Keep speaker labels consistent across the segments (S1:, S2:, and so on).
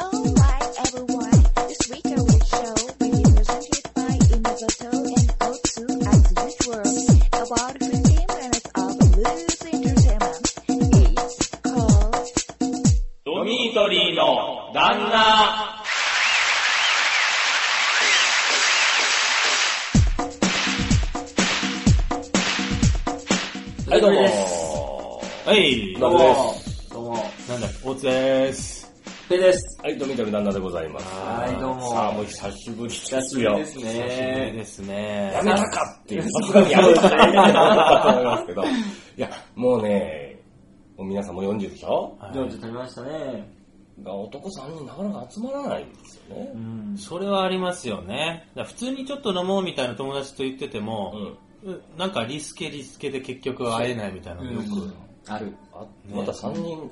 S1: Oh my everyone, this week I will show many presented by Inazoto and Otsu as usual about 15 minutes of loose entertainment. It's called
S2: ドミートリーの旦那。はい、どうも。はい、
S3: どうも。どうも。
S2: なんだっけ、大津です。
S3: ペイです。
S4: はい、ドミトル旦那でございます。
S3: はいどうも
S4: さあ、もう久しぶりですよ。
S3: 久しぶりです
S2: いいで
S3: ね。
S2: すね
S4: や。めたかっていう、さすがにやめたかって思いますけど。いや、もうね、もう皆さんも40でしょ
S3: どうぞ食べましたね。
S4: が男3人なかなか集まらないんですよね
S3: う。ん。
S2: それはありますよね。だから普通にちょっと飲もうみたいな友達と言ってても、
S4: ん。
S2: なんかリスケリスケで結局会えないみたいなのよく。
S3: ある。
S4: あまた3人、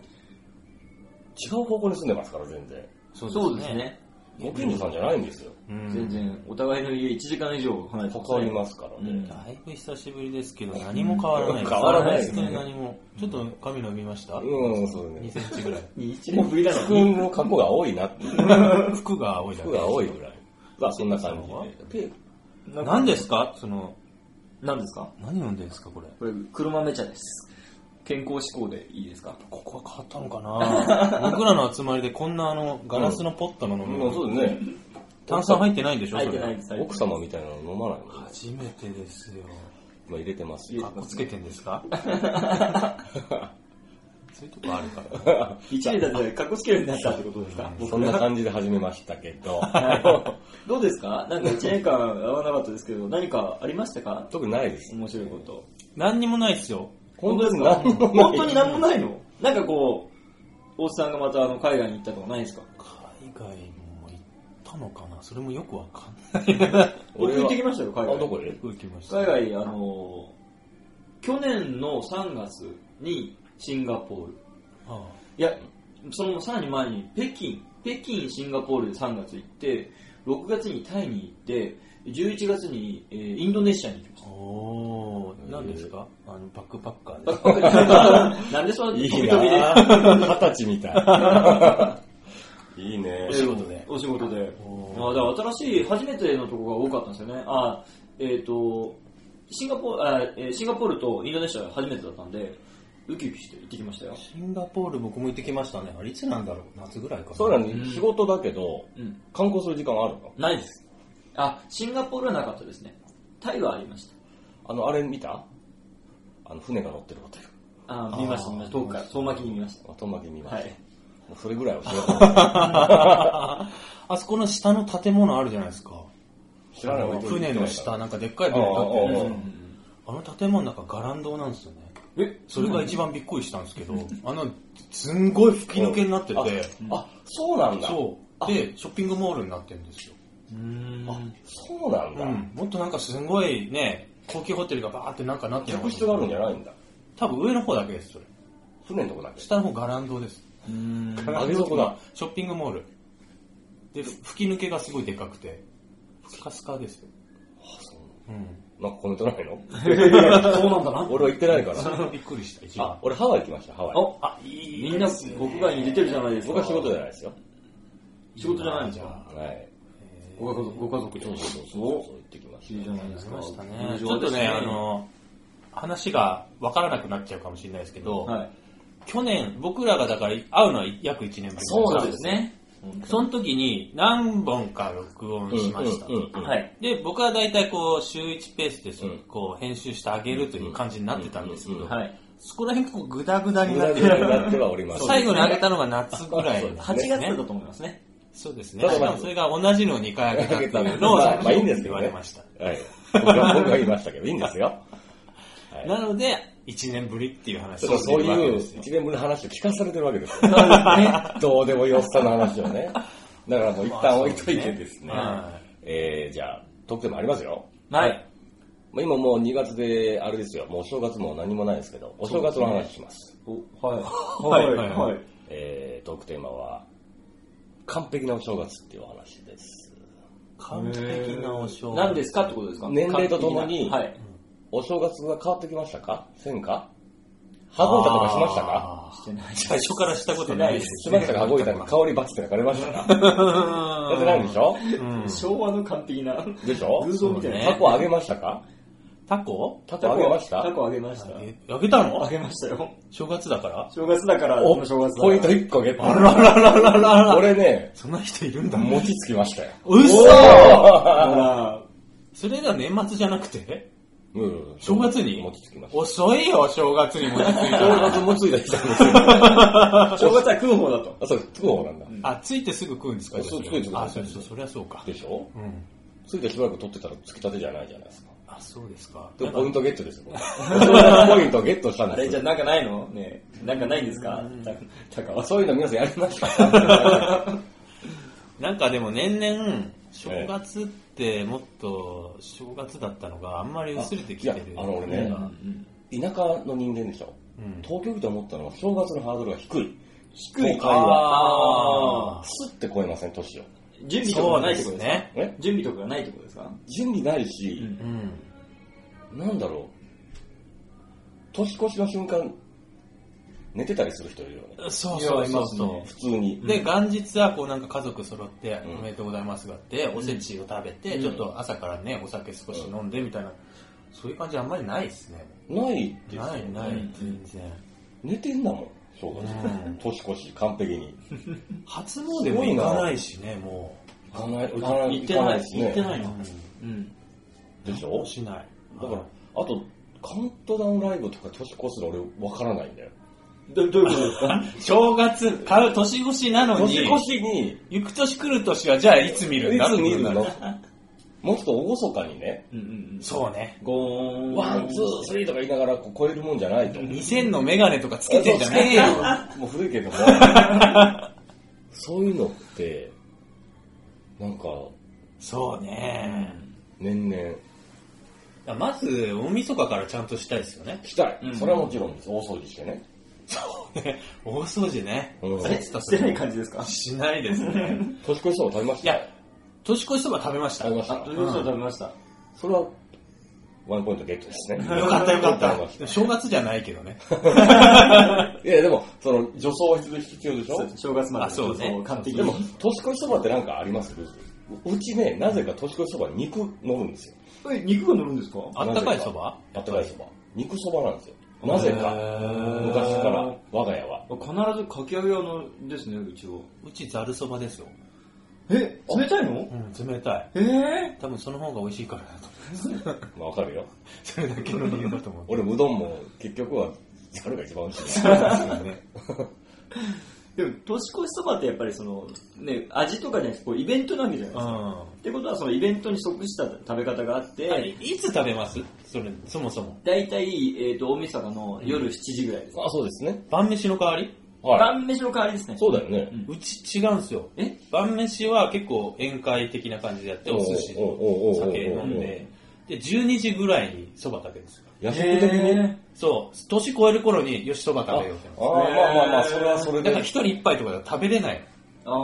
S4: 違う方向に住んでますから、全然。
S3: そうです。ね。
S4: ご近所さんじゃないんですよ。
S2: うん
S3: 全然、お互いの家1時間以上離れ
S4: 関
S3: てます
S4: わり
S3: ね。
S4: ますから
S3: うん
S4: ね。
S2: だいぶ久しぶりですけど、何も変わらないです。
S4: 変わらない
S3: ですね
S2: 本当に何も。ちょっと髪伸びました
S4: うん、そう
S2: 2
S4: ね。
S2: センチぐらい。
S3: 1年ぶりだろ。
S4: 服の過去が多いなっていう。
S2: 服が青いだ
S4: 服が多いぐらい。まあ、そんな感じで。
S2: け。何ですかその、
S3: 何ですか
S2: 何飲んでんですかこれ。
S3: これ、黒豆茶です。健康志向でいいですか
S2: ここは変わったのか な僕らの集まりでこんなあの、ガラスのポットの飲
S4: う
S2: み
S4: ん、
S2: 物、
S4: そうですね。
S2: 炭酸入ってないんでしょ
S3: 入ってない
S2: それ
S3: です。
S4: 奥様みたいなの飲まないもんね。
S2: 初めてですよ。
S4: 今入れてますよ。
S2: かっこつけてんです かそういうとこあるから。
S3: 1年だって、格好つけるようになったってことですか
S4: そんな感じで始めましたけ ど、
S3: どうですかなんか1年間会わなかったですけど、何かありましたか
S4: 特にないです。
S3: 面白いこと。
S2: 何にもないっすよ。
S4: 本当に何もない。
S3: 本当に何もないのなんかこう、大津さんがまたあの海外に行ったとかないですか
S2: 海外も行ったのかなそれもよくわかんない。
S3: 僕
S4: 俺は
S3: 行ってきましたよ、海
S4: あ、
S3: 外。
S4: どこで
S2: 行きました。
S3: 海外、あのー、去年の3月にシンガポール。
S2: あ
S3: いや、そのさらに前に北京、北京、シンガポールで3月行って、6月にタイに行って、11月に、えーインドネシアに行きまし
S2: あおー、何ですかあの、バックパッカーで
S3: た。バックパ ックなんでそんな飛
S4: い
S3: び飛
S4: い
S3: びで
S4: なぁ。二十歳みたい。 いいね
S2: お仕事で
S3: お仕事で。
S2: おー
S3: あだから新しい、初めてのとこが多かったんですよね。あえっ、と、シンガポール、あえーシンガポールとインドネシアが初めてだったんで、ウキウキして行ってきましたよ。
S2: シンガポール僕も行ってきましたね。あれいつなんだろう夏ぐらいかな。
S4: そうなん
S3: う
S4: で
S3: ん
S4: す。仕事だけど、
S3: うん。
S4: 観光する時間はあるの
S3: ないです。あ、シンガポールはなかったですね。タイはありました。
S4: あの、あれ見たあの、船が乗ってるホテル。
S3: あ
S2: あー
S3: 見ました、見ました。遠くから、遠巻きに見まし
S4: 後巻き見
S3: た。
S4: ま
S3: は
S4: し
S3: い。
S4: た。もうそれぐらいは知らない。
S2: あそこの下の建物あるじゃないですか。
S4: 知らない
S2: あの
S4: 俺
S2: 船の下、なんかでっかいビル建って
S4: あ
S2: る
S4: あああ
S2: うんあの建物の中ガランドなんですよね。
S3: え、
S2: それが一番びっくりしたんですけど、あの、すんごい吹き抜けになって
S4: あ
S2: て、
S4: あ、そうなんだ。
S2: そう。で、ショッピングモールになってるんですよ。
S3: うーん。あ、
S4: そうなん
S2: う
S4: だ。
S2: ん。もっとなんかすごいね、高級ホテルがバーってなんかなってるの
S4: 客
S2: かと
S4: 室があるんじゃないんだ。
S2: 多分上の方だけです、それ。
S4: 船のとこだけ。
S2: 下の方ガランドです。
S3: うーん。
S4: 上げ底だ。
S2: ショッピングモール。で、ふ吹き抜けがすごいでかくて、スカスカですよ。うん。
S4: なんかコメントないの
S3: そうなんだな。
S4: 俺は行ってないか
S2: それ
S4: ら。
S2: がびっくりした、一番
S4: あ。、俺ハワイ行きました、ハワイ。
S3: お、あ、いい。みんな国外に出てるじゃないですか。
S4: 僕は仕事じゃないですよ。
S3: 仕事じゃないんですか。
S4: はい。
S3: ご家族、ご家族で。
S4: そうそうそうそう。
S3: お
S4: 行ってきまし
S3: いいじゃないです
S2: あり
S3: か。
S2: ましたね
S3: 友情です
S2: ちょっとね、あ、の、話がわからなくなっちゃうかもしれないですけど、
S3: はい。
S2: 去年、僕らがだから会うのは約1年ぶり
S4: そうなんです
S2: ね。その時に何本か録音
S4: た。
S2: しました。
S4: うんうんうん
S3: はい。
S2: で、僕は大体こう、週1ペースでそう
S4: うん
S2: こう、編集してあげるという感じになってたんですけ
S4: うん
S2: ど
S4: うん、
S3: はい。
S2: そこら辺こう、グダグダに
S4: 無
S2: な
S4: 駄
S2: って
S4: に
S2: る
S4: なってはおります。
S2: 最後にあげたのが夏ぐらい
S4: そうで
S3: 8月だったと思いますね。
S2: そうですね。
S4: た
S2: し
S4: だま
S2: か
S4: あ
S2: もそれが同じのを2回あげたっていうのを
S4: まあまあいいんです
S2: 言
S4: けど
S2: わ
S4: ね
S2: れました。
S4: はい。僕は僕は言いましたけど、いいんですよ。はい
S2: なので、1年ぶりっていう話
S4: そ
S2: を
S4: う
S2: し
S4: そ
S2: て
S4: う
S2: るわけ
S4: いう
S2: です
S4: 一
S2: よ。
S4: 年ぶりの話を聞かされてるわけですよ。
S3: そうですね。
S4: どうでもよっさの話をね。だからもう一旦置いといてですね。
S2: は
S4: えー、じゃあ、特典もありますよ。
S3: はい。
S4: まあ今もう2月で、あれですよ、もうお正月も何もないですけど、お正月の話します。
S3: おは。
S2: はいい
S3: はい。は。
S2: はい
S4: えー、トークテーマは、完璧なお正月っていうお話です。
S2: 完璧なお正月。
S3: 何ですかってことですか
S4: 年齢とともに
S3: 完璧なはい。
S4: お正月が変わってきましたか変化羽子板とかしました
S2: あ
S4: か
S2: ー
S3: してない。
S2: 最初からしたことないです。
S4: しましたか羽子板に香りバチって流れましたかやってないんでしょ
S2: うん
S3: 昭和の完璧な。
S4: でしょ
S3: 偶像みたいな。
S2: ね
S4: タコあげましたか
S2: タコ
S4: タコあげました
S3: タコあげました。
S2: えあげたの
S3: あげましたよ。
S2: 正月だから
S3: 正月だから、
S4: お、
S3: この正月だ
S4: ポ
S3: から
S4: イント1個あげた。
S2: ららら
S4: 俺ね、
S2: そんな人いるんだ。
S4: 餅つきましたよ。
S2: うっ
S3: だから、
S2: それが年末じゃなくて
S4: うん
S2: 正月に
S4: 餅つきました。
S2: 遅いよ、正月に餅ついた
S4: 正
S2: ら。
S4: 月もついだりしたんですよ。
S3: 正月は食う方だと。
S4: あ、そう、つく方なんだ。
S2: あ、ついてすぐ食うんですか
S4: そうついてすぐ
S2: あ、そうそう、そりゃそうか。
S4: でしょ
S2: うん。
S4: ついてしばらく取ってたらつきたてじゃないじゃないですか。
S2: あ、そうですか。
S4: でもポイントゲットですよ。僕 ポイントゲットしたん
S3: あ
S4: で
S3: れ、
S4: す
S3: じゃあ
S4: よ。
S3: なんかないのねえなんかないんですかタタカは。
S4: そういうの皆さんやりま したか
S2: なんかでも年々、正月ってもっと正月だったのがあんまり薄れてきてる。
S4: いやあの俺ね
S2: うん
S3: うん
S4: 田舎の人間でしょ。
S2: うん
S4: 東京行くと思ったのは正月のハードルが低い。低
S3: い
S4: 東海は
S2: あ。ー
S4: スッて超えません、年を。
S3: 準備と
S2: そ
S3: か
S2: う
S3: ない
S2: で
S3: って
S2: す
S3: ことですか
S2: ね。
S4: え
S3: 準備とかがないってことですか
S4: 準備ないし、
S3: うん
S2: うん。
S4: なんだろう。年越しの瞬間、寝てたりする人いるよね。
S2: そうそう
S3: い
S2: そ
S3: ま
S2: う
S3: す
S2: そう。
S3: ね
S4: 普通に。
S2: で、元日はこうなんか家族揃って、
S4: うん
S2: おめでとうございますがあって、おせちを食べて、
S3: うん
S2: ちょっと朝からね、お酒少し飲んでみたいな、そういう感じあんまりないですね。
S4: ないですよ
S2: ないない、全然。
S4: 寝てんだもん、正
S2: う
S4: 月
S2: ん。
S4: 年越し、完璧に。
S2: 初詣も行かないしね、も
S4: 行かない、行かない、
S3: 行ってない
S4: ですね。
S3: 行ってな
S2: う。
S3: いの
S2: う
S3: うん。
S4: でし
S2: ん。
S4: ょ
S2: しない。
S4: だから、あと、カウントダウンライブとか年越すの俺わからないんだよ。
S3: どどういうことですか
S2: 正月、買う年越しなの
S4: 年
S2: に、
S4: 越しに、い
S2: 行く年来る年はじゃあいつ見るんだ
S4: つ見る
S2: ってこ
S4: のもうちょっと厳かにね、
S3: うんうんうん。
S2: と そうね。
S3: ゴーン。
S4: ワン、ツー、スリーとか言いながらこう超えるもんじゃないと。
S2: 2000のメガネとかつけてんじゃねえよ。
S4: もう古いけども。そういうのって、なんか、
S2: そうね。
S4: 年々、
S2: だからまず、大晦日からちゃんとしたいですよね。
S4: したい。
S3: うん
S4: それはもちろんです。大掃除してね。
S2: ね大掃除ね。
S4: うん
S2: されてた
S3: してない感じですか
S2: しないですね。
S4: 年越しそば食べまし
S2: い
S4: た
S2: や、 年越しそば食べました。
S4: 食べまし
S3: あ、
S4: た。
S3: どういうこと食べました
S4: それは、ワンポイントゲットですね。
S2: よかったよかっ。
S4: 食べました
S2: 正月じゃないけどね。
S4: たいや、でも、その、女装は必要必要でしょ
S3: 正月まで
S2: あそうね
S3: 完璧
S4: でも
S3: に。、
S4: 年越しそばってなんかありますううちね、なぜか年越しそばに肉乗るんですよ。
S3: え、肉が乗るんですか
S2: あったかいそば
S4: あったかいそば。肉そばなんですよ。なぜか
S2: へ、ー
S4: 昔から、我が家は。
S3: 必ずかき揚げ屋のですね、うちは。
S2: うちざるそばですよ。
S3: え、冷たいの
S2: うん、冷たい。
S3: ええ
S2: 多分その方が美味しいからだと思う。
S4: まあわかるよ。
S2: それだけの理由だと思う。
S4: 俺、うどんも結局は、ざるが一番美味 しい。
S3: でも、年越しそばってやっぱりその、ね、味とかじゃなくて、こう、イベントなわけじゃないですか。ってことは、そのイベントに即した食べ方があっ
S2: うんあ
S3: て、
S2: いつ食べますそれ、そもそも。
S3: 大体、えっ、と、大晦日の夜7時ぐらいです。
S4: あ、そうですね。
S2: 晩飯の代わり
S4: は
S3: 晩飯の代わりですね
S4: い。。そうだよね。
S2: うち違うんですよ。
S3: え
S2: 晩飯は結構宴会的な感じでやって、お寿司
S4: おうおうおうおうおう
S2: と酒飲んで、で、12時ぐらいにそば食べるんですよ。
S4: 夜食的に。
S2: そう、年超える頃によしそば
S4: あ、
S2: 食
S4: あ
S2: べようって
S4: ーまあまあまあ、それはそれ
S2: だ
S4: で
S2: から。一人一杯とかでは食べれない。
S3: あ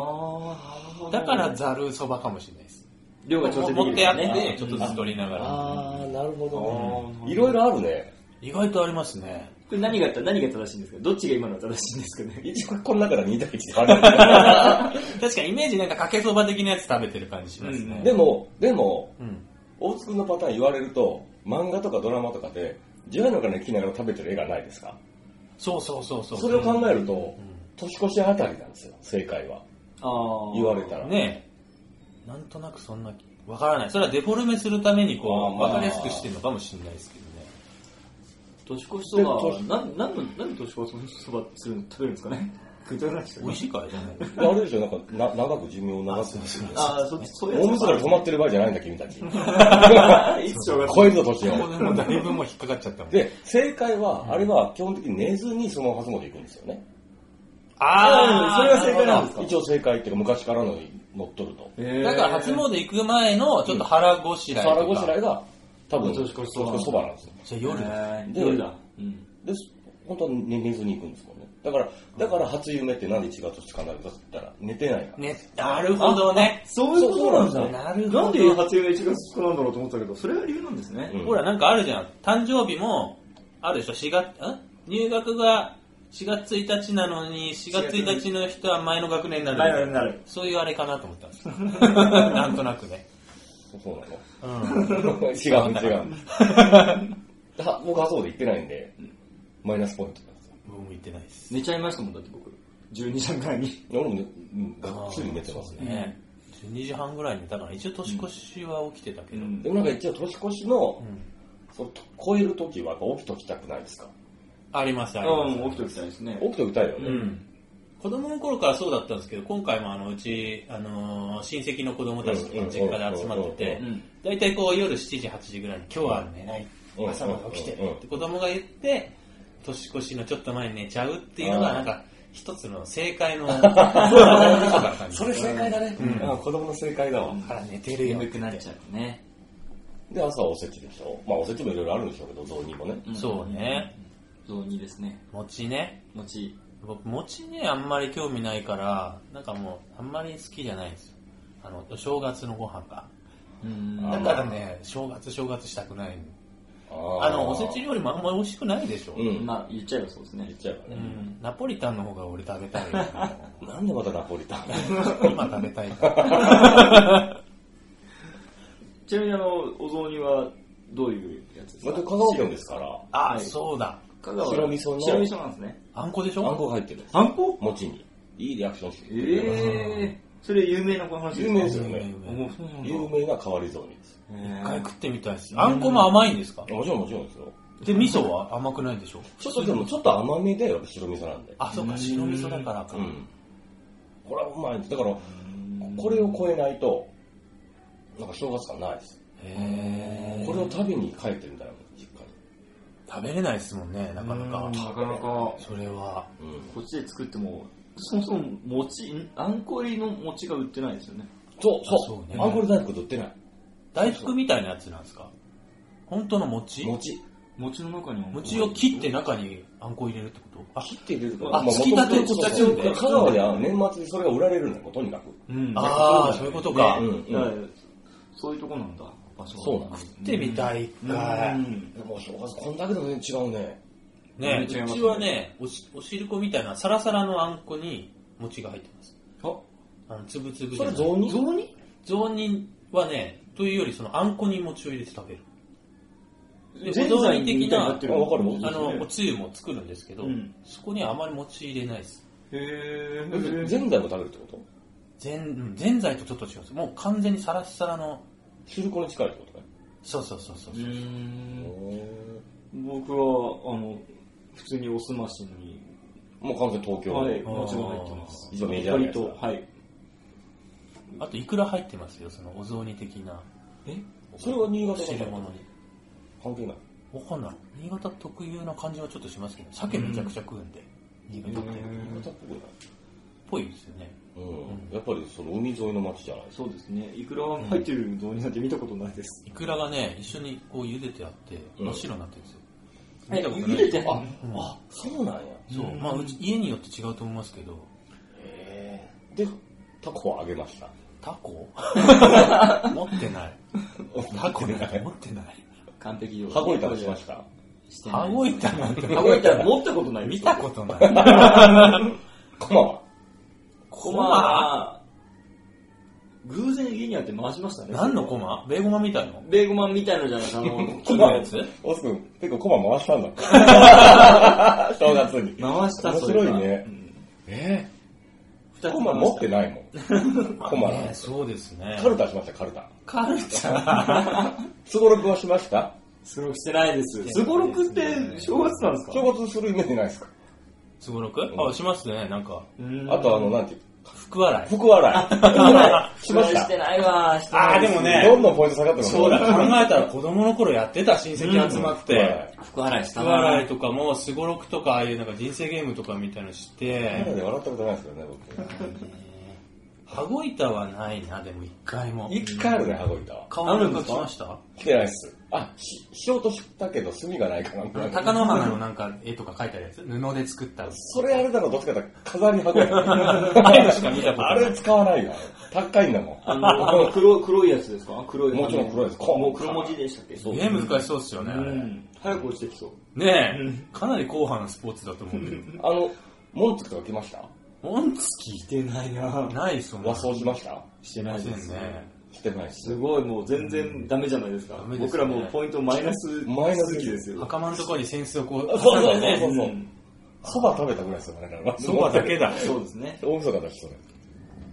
S3: ー
S2: だから、ざるそばかもしれないです。
S3: 量が調整でき
S2: 持っ
S3: る
S2: て
S3: か
S2: や
S3: ら
S2: っ
S3: ね、
S2: て、ちょっとずつ取りながら。
S4: あー、なるほ
S3: あ
S4: ど
S3: ー
S4: ね。いろいろあるね。
S2: 意外とありますね。
S3: これ何が、何が正しいんですかどっちが今のは正しいんですかね
S4: 一応、この中から2対1で ある。
S2: 確かにイメージなんかかけそば的なやつ食べてる感じします
S3: う
S2: ね。
S4: で、も、でも、
S2: うん。
S4: 大津君のパターン言われると、漫画とかドラマとかで、ジャイのから聞きながら食べてる絵がないですか
S2: そうそうそうそう。
S4: それを考えると、
S2: うん
S4: 年越しあたりなんですよ、正解は。
S3: あー
S4: 言われたら。
S2: ねえ。なんとなくそんな、わからない。それはデフォルメするために
S4: あ
S2: こ
S4: ー
S2: う、
S4: まあ
S2: わかりやすくしてるのかもしれないですけどね。
S3: 年越しそばは、なん、なんの、なんで年越しそばするの食べるんですかね食いたくないですよ
S2: 美
S3: ね
S2: 味しいからじゃない
S4: であれでしょ、なんか、な長く寿命を長くする。
S3: あー、そっち、そういう
S4: 大
S3: や
S4: み
S3: つ
S4: そ
S3: か。
S4: かで止まってる場合じゃないんだ、君 たち。
S3: いつ正月
S4: 超えるぞ、年を。
S2: もうだいぶもう引っかかっちゃったもん。
S4: で、正解は、あれは基本的に寝ずにその初詣行くんですよね。
S2: あー
S3: うんそれが正解なんですか
S4: 一応正解っていうか、昔からのに乗っとると。
S2: だから初詣行く前のちょっと腹ごしらえとか。
S4: 皿ごしらえが、多分、
S3: 年越しそば
S4: 年越そばなんですよ。
S2: じゃあ
S3: 夜
S2: 夜だ
S3: だ。
S4: で
S3: 夜だ。うん。
S4: で、本当は寝寝ずに行くんですもんね。だから、だから初夢ってなんで違う年かなるかって言ったら、寝てないから。
S2: ね、なるほどね。
S3: そういうことなん
S4: そう
S3: だ。
S2: なるほど
S3: なんで初夢が1月2日なんだろうと思ったけど、それが理由なんですね。
S4: うん
S2: ほら、なんかあるじゃん。誕生日も、あるでしょ ?4 月、ん入学が4月1日なのに、4月1日の人は前の学年になる。
S3: 前の学年になる
S2: そういうあれかなと思ったんです なんとなくね。
S4: そうなの
S2: う ん。
S4: 違う違う。 あ僕はそうで行ってないんで、マイナスポイントなんですよ。
S2: 僕も言ってないです。
S3: 寝ちゃいましたもん、だって僕。12時ぐらいに。
S4: 俺もね、うんがっつり寝てます
S2: あーそう
S4: ね。
S2: ね。12時半ぐらいに寝たから、一応年越しは起きてたけど。うん。
S4: でもなんか一応年越しの、その超える時はやっぱ起きときたくないですか
S2: あります、あり
S3: う
S2: ます。
S3: ん、起きておきたいですね。
S4: 起きときたいよ
S2: う
S4: ね。
S2: ん。子供の頃からそうだったんですけど、今回もあのうち、あのー親戚の子供たちとか実家で集まってて
S3: うんうんうんうん、
S2: 大体こう夜7時、8時ぐらいに今日は寝ない、
S4: うん
S2: 朝まで起きてる
S4: うんうん
S2: って子供が言って、年越しのちょっと前に寝ちゃうっていうのが、
S4: あー
S2: なんか一つの正解 の、そうだね
S4: それ正解だね。
S2: うん
S4: あ子供の正解だわ。
S2: から寝てるよ
S3: 眠。くなっちゃうね。
S4: で、朝はおせちでしょ。まあおせちもいろいろあるんでしょうけど、雑煮もね。
S3: ん
S2: そうね。
S3: 雑煮ですね。
S2: 餅ね。
S3: 餅。
S2: 僕、餅ね、あんまり興味ないから、なんかもう、あんまり好きじゃないんですよ。あの、お正月のご飯が。
S3: うん
S4: あ
S2: だからね、正月正月したくないの
S4: あ
S2: あの、おせち料理もあんまり美味しくないでしょ。
S4: う。ん。
S3: まあ、言っちゃえばそうですね
S4: 言っ。ちゃう
S2: う
S4: からね。
S2: んナポリタンの方が俺食べたい よ。
S4: なんでまたナポリタン
S2: 今食べたいから。
S3: ちなみにあの、お雑煮はどういうやつです
S4: ま
S3: か
S4: た香川県ですから、
S2: あ、
S3: はい
S2: そうだ。
S3: 香川
S4: 白味噌の
S3: 白味噌なんですね。
S2: あんこでし
S4: あん
S2: ょ
S4: こが入ってる。
S3: あんこ
S4: 餅に。いいリアクションしてくれる
S3: ええー。それ有名なお話です
S4: 有
S3: か
S4: 名ですよね。
S2: 有名
S3: おそうなんだ。
S4: 有名な変わり雑煮です。
S2: 一回食
S3: っ
S2: ってみたいです。あんこも甘いんですか
S4: もちろんもちろんですよ。
S2: で、味噌は甘くないでしょ
S4: ちょっとでもちょっと甘みでやっぱ白味噌なんで。
S2: あ、そうか、白味噌だからか
S4: う。ん。これはうまいです。だから、これを超えないと、なんか正月感ないです。
S2: へー
S4: これを食べに帰ってるんだよ、実家
S2: 食べれないですもんね、なかなか。
S3: なかなか、こ
S2: それは。
S4: に。うん。
S3: っちで作っても、そもそも餅、んあんこ入りの餅が売ってないですよね。
S4: そう、
S2: あ
S4: そ
S2: そう
S4: う。
S2: ね
S4: アンコール大福と売ってない。
S2: 大福みたいなやつなんですか本当の餅
S4: 餅。
S3: 餅の中にも。
S2: 餅を切って中にあんこ入れるってことあ
S4: 切って入れると
S2: あ突き立てる
S4: ち
S2: ち
S4: ゃ
S2: っ
S4: ち
S2: ちゃいんで
S4: 香川では年末にそれが売られるんだよ、とにかく。
S3: うん。
S2: あーそういうことか
S3: ね
S4: うんうん
S3: だからそういうとこなんだ。場所が
S4: そうなんです
S2: 食ってみたい一回
S3: うん
S4: もう正月こんだけでも全然違うね。
S2: ね、う
S3: 全然違
S2: ち
S3: いますね
S2: はね、おし、お汁粉みたいな、サラサラのあんこに餅が入ってます。
S4: あ、
S2: あの、つぶつぶじゃ
S4: それ
S2: ない
S4: 雑煮
S3: 雑煮
S2: 雑煮はね、というより、その、あんこに餅を入れて食べる。で
S3: ぜん
S2: お雑
S3: ざい
S2: 煮的
S3: みたいにな
S2: な
S3: ってる
S4: あわかるもん
S2: あの、
S3: そう
S2: お
S3: で
S2: つゆも作るんですけど、
S3: うん
S2: そこにはあまり餅入れないです。
S3: へえ
S4: えぜんざいも食べるってこと
S2: ぜん、うんぜんざいとちょっと違うんです。もう完全にサラッサラの、
S4: 汁粉に近いってことね。
S2: そうそうそうそう。
S3: 僕は、あの、普通におすましに、
S4: もう完全に東京。
S3: はい、餅が入ってます。
S4: 一応メジャーなやつだ
S3: 割とはい。
S2: あと、いくら入ってますよ、その、お雑煮的な
S3: え
S4: それは新潟
S2: 汁
S4: だ
S2: 物に。
S4: 関係ない。
S2: わかんない。新潟特有な感じはちょっとしますけど、鮭めちゃくちゃ食うんで、新潟って。っ
S4: 新潟っぽくない。
S2: ぽいですよね。
S4: うん。やっぱりその海沿いの町じゃないですか。
S3: そうですね。いくら入ってる雑煮なんて見たことないです。
S2: イクラがね、一緒にこう茹でてあって、
S4: うん
S2: 真っ白になってるんですよ。
S3: え
S2: 見たことない
S3: 茹でてあ
S4: あ、あ、そうなんや。
S2: そう。まあ、うち家によって違うと思いますけど、
S4: で、タコをあげました。
S2: タコ持ってない。タコなんて持ってない。
S3: 完璧よ。
S4: 羽子板をしました。
S3: してない
S2: 羽子板なんて
S3: 羽子板持ったことない
S2: 見たことない。
S4: カマは。
S3: コ
S2: マ
S3: マ、偶然家にあって回しましたね。
S2: 何のコマベーゴマみたいの
S3: ベーゴマンみたいのじゃないですか、あの、
S2: 金のやつ
S4: オス君、結構コマ回したんだ。正月に。
S3: 回した
S4: 面
S3: それ
S4: 白
S3: が
S4: いね。え
S3: 二つ
S4: コマ持ってないもん。コマなん
S2: ね
S4: です
S2: そうですね。
S4: カルタしました、カルタ。
S2: カルタ。
S4: スゴロクはしました
S3: すごろくしてないです。すごろくって正月なんですか
S4: 正月するイメージないですか
S2: すごろくあ、しますね。なんか、
S4: あとあの、なんていう
S2: 福笑い。
S4: 福笑い。しまし
S3: したて。ないわして
S2: あ
S3: な
S2: ー
S3: い
S2: でもね
S4: どんどんポイント下がってますね
S2: そうだ、考えたら子供の頃やってた親戚集まって。
S3: 福笑いし
S2: 福
S3: た
S2: 笑い
S3: い。
S2: とかも、すごろくとか、ああいうなんか人生ゲームとかみたいのし
S4: まだ
S2: て、
S4: ね、笑ったことないですけどね、
S2: 羽子板はないな、でも一回も
S4: 僕。。一回あるね、羽子板は。
S2: 顔に隠しました
S4: 来てないっす。あ、し、しようとしたけど、炭がないかなみたいな。
S2: 高野花のなんか絵とか描いてあるやつ布で作った。
S4: それあれだろ、どっちかっていうと飾り箱や。
S2: ああいうのしか見たこと
S4: あ
S2: ない。
S4: れ使わないよ。高いんだもん。
S3: あの、黒、黒いやつですか黒い。
S4: もちろん黒いです
S3: もう黒文字でしたっけ
S4: そう
S2: ね、難しそうっすよね、あれ。
S3: ん。早く落ちてきそう。
S2: ねえ、かなり後半のスポーツだと思うんだけど。
S4: あの、モンツクとか来ました
S2: 音付
S3: 聞いてないな
S2: きないそん
S4: 和装しました
S3: して
S2: ま
S3: ない
S2: せ
S3: で
S2: ん
S3: すね
S2: ね。。
S4: してないです
S3: すごい、もう全然ダメじゃないですか。
S2: ダメですね
S3: 僕らもうポイントマイナス、
S4: マイナス
S3: 続きですよ。
S2: 袴のところに扇子をこ
S4: そう
S2: う、
S4: そうそう
S2: ね
S4: そうそう
S3: うん。
S4: そば食べたぐらいですよね、だから。
S2: そばだけだ。
S3: そうですね。
S4: 大晦日だし、それ。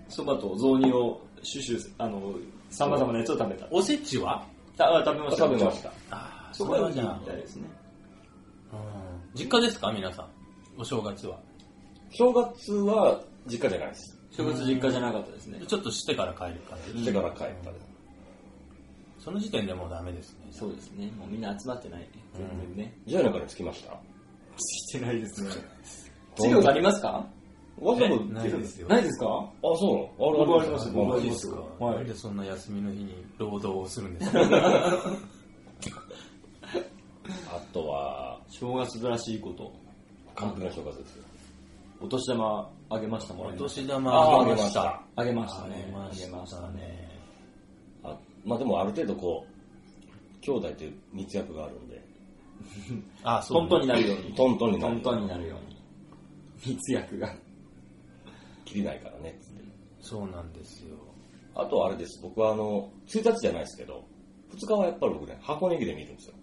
S3: そばと雑煮を、シュシュ、あの、様々なやつを食べた。
S2: おせちは
S3: たあ食べました。
S4: 食べました。
S2: ああ、
S3: そ
S2: そ
S3: こ
S2: こ
S3: は
S2: は
S3: じ
S2: じゃ
S3: ゃあ
S2: あ、、
S3: ですね。
S2: うん実家ですか皆さん。お正月は。
S4: 正月は実家じゃないです。
S3: 正月実家じゃなかったですね。
S2: ちょっとしてから帰る感じ。
S4: してから帰ったです。
S2: その時点でもうダメですね。
S3: そうですね。もうみんな集まってない。全然ね。
S4: じゃあ中に着きました
S3: してないですね。
S4: どん
S3: 授
S4: な
S3: 業がありますか
S4: わざわざ
S2: ないですよ。
S3: ないですか
S4: あ、そうなの
S3: 僕はあります僕
S2: マ
S3: はあり
S2: ジ
S3: ま
S2: ですすか。
S3: はい
S2: なんでそんな休みの日に労働をするんですか
S4: あとは、
S3: 正月らしいこと。
S4: 完璧な正月ですよ。
S3: お年玉あげましたもん
S2: お
S3: ね。
S2: 年玉
S4: あ
S2: あ
S4: あげ
S2: げ
S4: ま
S2: ま
S4: し
S2: したた。
S3: あげました
S2: あ
S3: ね。
S2: げまし
S3: あげ
S2: たね。
S4: あまあでもある程度こう、兄弟という密約があるんで、
S2: あ、
S3: ト
S2: そう
S3: ン
S2: ね。
S3: トンになるように。
S4: トントンにな
S3: ト
S4: る
S3: ントンになるように。密約が。
S4: 切りないからねっつって。
S2: そうなんですよ。
S4: あとはあれです、僕はあの、1日じゃないですけど、2日はやっぱり僕ね、箱根駅で見るんですよ。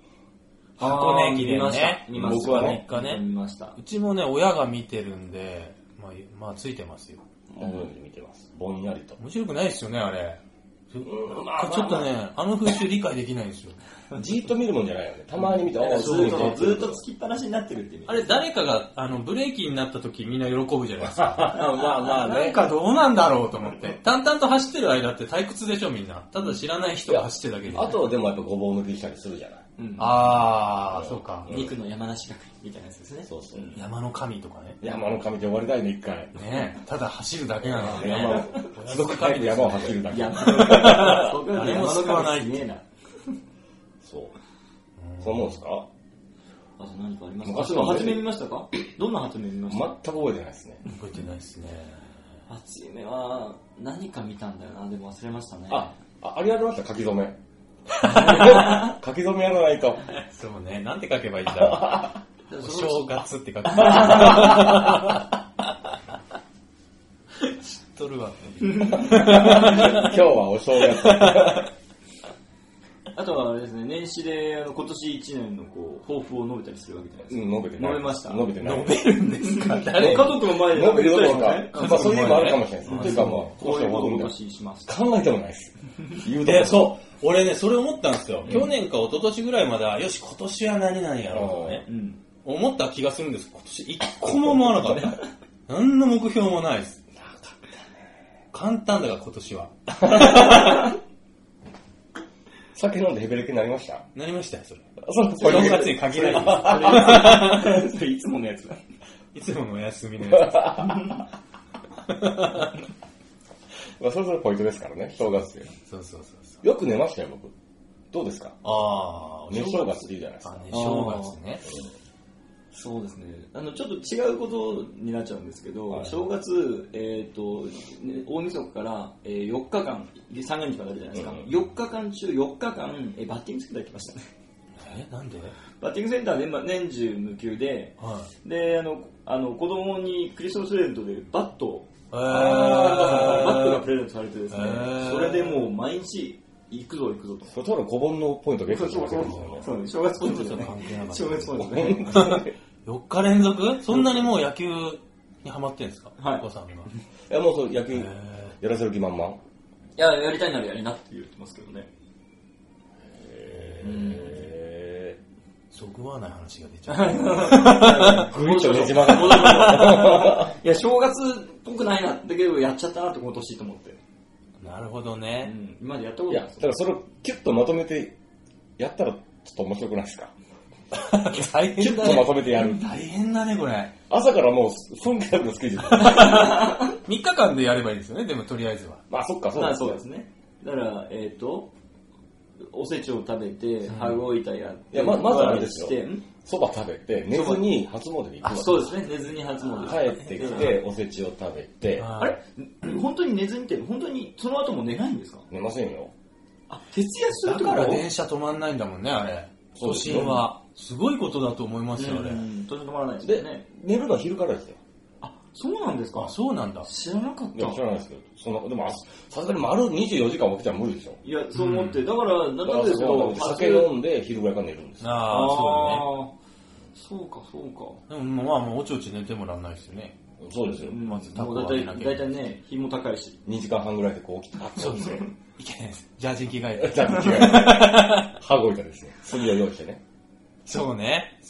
S2: 箱根駅
S3: 見
S2: 伝
S3: ました
S2: ね。
S3: 見まし
S4: 僕
S3: た。
S4: はね
S2: 一回ね
S3: 見ました
S2: う。ちもね、親が見てるんで、まあ、まあ、ついてますよ。
S4: 箱根駅で見てます。ぼんやりと。
S2: 面白くないですよね、あれ。ちょ
S4: うんまあまあ
S2: ちょっとね、あの風習理解できないんですよ。
S4: じーっと見るもんじゃないよね。たまに見て、ああ、す
S3: ず
S4: ご
S3: っ
S4: いね
S3: と、ずっとつきっぱなしになってるって意味。
S2: あれ、誰かが、あの、ブレーキになった時みんな喜ぶじゃないです か。
S4: あ まあまあ
S2: なん
S4: ね。
S2: かどうなんだろうと思って。淡々と走ってる間って退屈でしょ、みんな。ただ知らない人が走ってるだけで。
S4: あとでもやっぱごぼう抜きしたりするじゃない。
S3: うん
S2: あー、そうか。
S3: 肉の山梨学院みたいなやつですね。
S4: そうそう。
S2: 山の神とかね。
S4: 山の神で終わりたいね、一回。
S2: ねただ走るだけなのに
S4: 山を
S2: ね。、
S4: すごく早く山を走るだけ。
S3: 山の神。
S2: 誰も救わない
S3: ねえな。
S4: そう。そう思うんですか
S3: あと何かありますか
S4: 昔の
S3: 初め見ましたかどんな初め見ました
S4: 全く覚えてないですね。
S2: 覚えてないですね。
S3: 初めは何か見たんだよな、でも忘れましたね。
S4: あ、ああれやりました、書き初 め。書き初めやらないと。
S2: そうね、なんて書けばいい んだろ
S3: で
S2: う。
S3: も
S2: お
S3: そのうち
S2: 正月って書く。知っとるわ。
S4: 今日はお正月。
S3: あとはあれですね、年始であの今年1年のこう抱負を述べたりするわけじゃないで
S4: う
S3: すか。
S4: ん、述べてない。
S3: 述べました
S4: 述べてない。
S2: 飲めるんですか誰
S3: 家族の前で
S4: 述べて
S3: た
S4: ど
S3: り
S4: う
S3: し
S4: か
S3: ません。
S4: まあそういうのもあるかもしれないです。というかもう、
S3: こういうことを今
S4: みたい
S3: 年します。
S4: な考えてもない です。言うとこ
S2: で、そう。俺ね、それ思ったんですよ。去年か一昨年ぐらいまでは、よし、今年は何々やろうとかね
S3: う。ん。
S2: 思った気がするんです。今年一個も思わなかった。何の目標もないです。簡単だから今年は。
S4: 酒飲んでヘベレケになりました
S2: なりましたよ、それ。
S4: そう、
S2: 正月に限ら ないで
S3: それいつものやつだ。
S2: す。いつものお休みのや つ。
S4: まあ、それぞれポイントですからね、正月で。
S2: そうそうそうそう。
S4: よく寝ましたよ、僕。どうですか
S2: ああ、
S4: 寝正月って言うじゃないです
S2: あ
S4: か。
S2: ね、正月ね。
S3: そうですね。あの、ちょっと違うことになっちゃうんですけど、
S4: はい
S3: 正月、えっ、と、ね大晦日から、えー4日間、三が日まであるじゃないですか。
S4: うんうん
S3: 4日間中4日間、えーバッティングセンター行きましたね。
S2: え、なんで
S3: バッティングセンターで、まあ、年中無休で、
S2: はい。
S3: で、あの、あの子供にクリスマスプレゼントでバットを、
S2: えー、
S3: バットがプレゼントされてですね、
S2: えー
S3: それでもう毎日、行くぞ行くぞと。
S4: それただ古本のポイントゲットしてるわけですよね。
S3: そう正月ポイントじゃない
S2: 関係な。かった
S3: 正月ポイントじゃない。
S2: 4日連続そんなにもう野球にハマってんですか
S3: は
S2: お
S3: い
S2: 子さんが。
S4: いや、もうそう、野球
S2: え、ー
S4: やらせる気満々。
S3: いや、やりたいならやりなって言ってますけどね。
S4: へ
S2: そぐわない話が出ちゃう。
S4: ーぐいっとねじ曲がる。
S3: いや、正月っぽくないな、だけどやっちゃったなって今年と思って。
S2: なるほど
S3: う
S2: ね。
S3: ん、今までやったこ
S4: い
S3: と
S4: や、
S3: ない
S4: ただそれをキュッとまとめて、やったらちょっと面白くないですか
S2: 大
S4: キュ
S2: 変
S4: ッ
S2: だ
S4: とまと
S2: ね。
S4: めてやる。
S2: 大変だね、これ。
S4: 朝からもう、そんぐらいのスケジュ ール。
S2: 3日間でやればいいですよね、でもとりあえずは。
S4: まあ、そっか、そう
S3: ま
S4: で
S3: あ
S4: す
S3: そう
S4: ね
S3: ですね。だから、えっ、と、おせちを食べて、羽子板やって、
S4: いやままずあれですよ
S3: してん
S4: そば食べて、寝ずに初詣に行くわ
S3: あ、
S4: け
S3: そうですね、寝ずに初詣
S4: 帰ってきて、おせちを食べて、
S2: あ
S3: あれ本当に寝ずにって、本当にその後も寝ないんですか
S4: 寝ませんよ。
S3: あ、徹夜するっ
S2: だ
S3: てこ
S2: か
S3: と
S2: ら電車止まんないんだもんね、あれ。
S4: そう
S2: 都
S4: です
S2: 心は。すごいことだと思いま
S3: う
S2: すよ、あれ。
S3: ん、とても止まらないですよ
S4: で
S3: ね。、
S4: 寝るのは昼からですよ。
S3: あ、そうなんですか
S2: あ、そうなんだ。
S3: 知らなかっ
S4: いや、知
S3: た。
S4: らないですけど、そんな、でも、あさすがに丸24時間起きたら無理でしょ。
S3: いや、そう思って、だから、なんとなくですけ
S4: だから
S3: ど、
S4: そこは酒飲んで昼ぐらいから寝るんですよ。
S2: ああ、そ
S3: ああ、そうか、そうか。
S2: うだね。でも、まあ、もうおちおち寝てもらわないですよね。
S4: そうですよ。
S2: まずタコ
S3: もう
S2: は
S3: 大
S2: 開け
S3: 体、
S2: なきゃ
S3: 大体ね、日も高いし。
S4: 2時間半ぐらいでこう起きた。そう ですね。
S2: いけないです。ジャージに着替えて。
S4: じゃあ、違う。歯ごいたですね。炭を用意してね。
S2: そうね。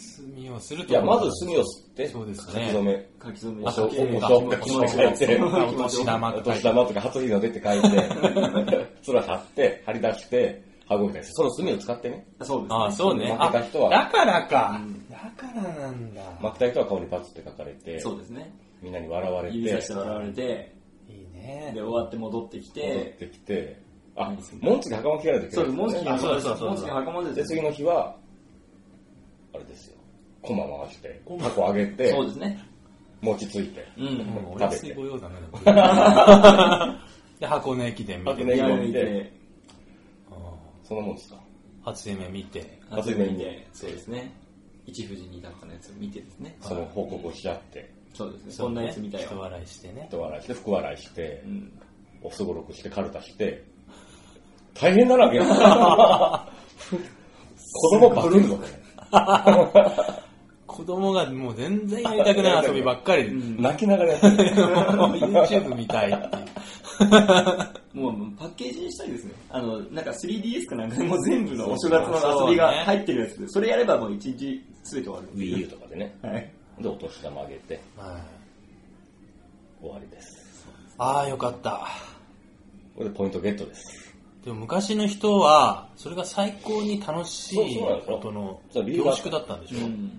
S2: 炭をすると
S4: い
S2: こ
S4: や、まず炭を吸って、
S2: そうですね
S4: 書き初め、
S3: 書き初め
S4: おしょ
S2: 書
S4: お
S2: き
S4: し
S2: 初め
S4: ょって
S2: おし
S4: お
S2: ょ
S4: しょ書いて、
S2: お年玉
S4: お
S2: とか
S4: 年玉とか初日の出って書 いて、それを貼って、貼り出して、歯ごいたです。その炭を使ってね、
S3: そうです、ね。
S2: ああ、そうね。
S4: 負け
S2: あ、
S4: た人は
S2: だからか。だからなんだ。
S4: 負けた人は顔にパツって書かれて、
S3: そうですね。
S4: みんなに笑われて、
S3: 指差して
S4: 戻
S3: 笑われて、
S2: いいね
S3: で、。終わって戻ってき、
S4: っててきて、あ、モンツキ袴着られてく
S3: そ
S4: れ
S3: うです、モンスキー
S2: あ
S3: の
S2: そうだそうだそうだ
S3: モンスキーの袴で
S4: で、
S3: です
S4: 次の日は、あれですよ、コマ回して、タコあげて、
S3: そうですね。
S4: 餅ついて、
S3: うん。
S2: もう、お
S4: 食べ
S2: 安い
S4: て
S2: ご、用だな。で、箱根駅伝見
S4: 箱
S2: て
S4: 根。
S3: や
S4: 今
S3: め
S4: 見
S3: て
S4: て、
S2: うん
S4: そんなもんですか。
S2: 初夢見て。
S4: 初夢見て
S3: そうですね。一富士二鷹のやつを見てですね。
S4: その報告をし合って、
S3: そうですね。そんなやつみたい
S2: 人
S3: よ。
S2: 笑いしてね。
S4: 人笑いして、福笑いして
S3: う、ん。
S4: おすごろくして、カルタして、大変だな、 け子供バレるぞ、こ
S2: 子供がもう全然やりたくない遊びばっかり。
S3: うん
S4: れ。泣きながらやってる。
S2: もう YouTube 見たいっていう。
S3: もうパッケージにしたいですね。あの、なんか 3DS かなんかでもう全部のお
S2: そ
S3: 正
S2: う
S3: 月の遊びが入ってるやつで、それやればもう一日全て終わ
S4: Wii U とかでね。
S3: る。はい。
S4: で、お年玉あげて、
S2: はい
S4: 終わりです。
S2: ああ、よかった。
S4: これでポイントゲットです。
S2: でも昔の人は、それが最高に楽し
S4: そう
S2: い
S4: そうなんですよ
S2: ことの
S4: そう理
S2: 凝
S4: 由があった
S2: 縮だったんでしょ
S3: うん。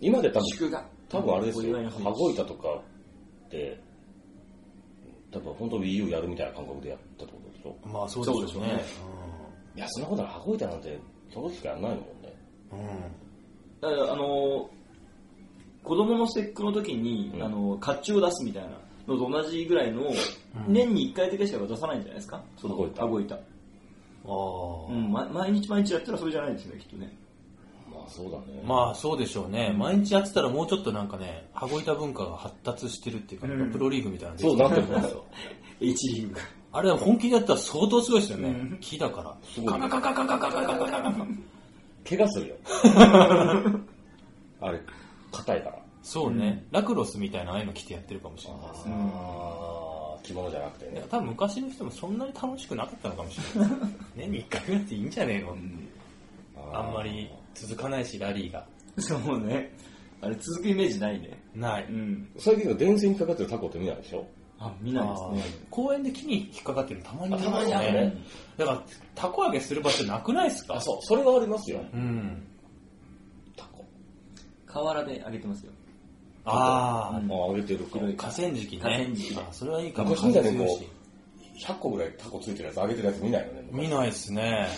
S4: 今で多分、
S3: 祝賀。
S4: 多分あれです
S3: お祝い
S4: よ、
S3: の話
S4: 羽子板とかって、多分本当 Wii U やるみたいな感覚でやったってことでしょ
S2: まあそうでしょうね。
S4: いや、そんなことない。羽子板なんて、その時しかやらないもんね。
S2: うんうん
S3: だから、あの、子供の節句の時に、
S4: うん
S3: あの、甲冑を出すみたいなのと同じぐらいの、年に1回だけしか出さないんじゃないですかその
S4: 羽子板
S3: 羽子板。
S2: あー
S3: うん、ま毎日毎日やったらそれじゃないですね、きっとね。
S4: まあそうだね。
S2: まあそうでしょうね。毎日やってたらもうちょっとなんかね、羽子板文化が発達してるっていうか、
S3: うん
S2: プロリーグみたいなので
S4: そ
S2: き
S4: う
S2: て
S4: な
S2: る
S4: ってるんですよ。
S3: 1リング。
S2: あれは本気でやったら相当すごいですよね。
S3: うん
S2: 木だから。
S4: すごいね
S2: カカカカカカカカカカカ
S4: 怪我す るよ。あれ、硬いから。
S2: そうね、ラクロスみたいなああいうの着てやってるかもしれないですね。
S4: あー着物じゃなくて
S2: いや
S4: ね。
S2: 多分昔の人もそんなに楽しくなかったのかもしれない。 年に1回ぐらいっていいんじゃねえの、あんまり続かないし、ラリーが。
S3: そうね。あれ続くイメージないね。。
S2: ないう
S3: ん。
S4: 最近の電線にかかってるタコって見ないでしょ
S3: あ、見ないですね。
S2: あー公園で木に引っかかってるのたまにいます
S4: あたまにあるね。
S2: だから、たこ揚げする場所なくないですか
S4: あ、そう。それはありますよ。
S2: う。うん。
S4: タコ。
S3: 河原であげてますよ。
S2: あ
S3: うん
S4: あ、あげてるか。
S2: あ、河川敷ね。
S3: 河川敷
S2: あそれはいいかも。
S4: 昔みたいに
S2: 風
S4: こ、
S2: 強いう
S4: 100個ぐらいタコついてるやつ、あげてるやつ見ないよね。
S2: 見ないですね。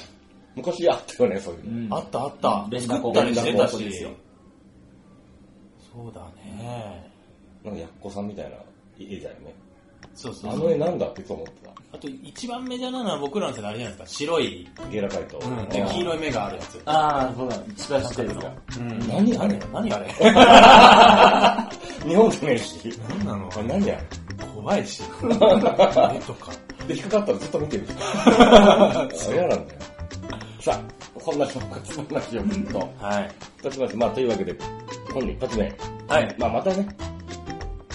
S4: 昔あったよね、そういうの。
S2: あったあった。
S3: 連絡
S2: 作ったりしてた
S3: 連絡です
S2: し
S3: よ。
S2: そうだね。
S4: なんか、やっこさんみたいな絵だよね。
S2: そうそう
S4: あ
S2: そ
S4: の
S2: う。
S4: 絵なんだっていつも思って
S2: あと一番メジャーなのは僕らの世代あれじゃないですか。白い、
S4: た。ゲラカイト。
S2: うん、で黄色い目があるやつ。
S3: ああ、そうだ。一番下ですか。
S2: うん
S4: 何あれ
S2: 何あれ
S4: 日本でもいいし。
S2: 何なの
S4: あ何や
S2: 怖い し。目とか。
S4: で、引っかかったらずっと見て る。それなんだよ。さあ、こんな正月話をずっと。
S2: はい。
S4: 一つままあ、というわけで、今度一発目。
S2: はい。
S4: まあ、またね、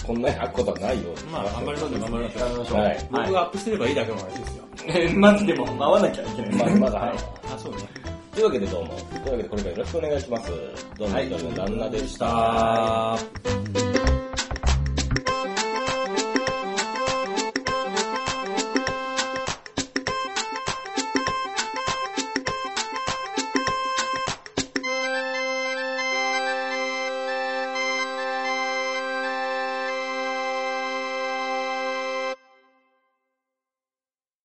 S4: こんなに開くことはないように。
S2: まあ、頑張りましょう、頑張りましょう。
S3: 食べましょう。
S4: はい
S2: 僕がアップすればいいだけの話ですよ。
S3: え待ってでも、回わなきゃいけない。
S4: まあ、まだ
S3: は
S4: 早
S3: い
S4: い。
S2: あ、そうね。
S4: というわけでどうも。というわけで、これからよろしくお願いします。どうも、どうも、旦那でした。
S2: あー。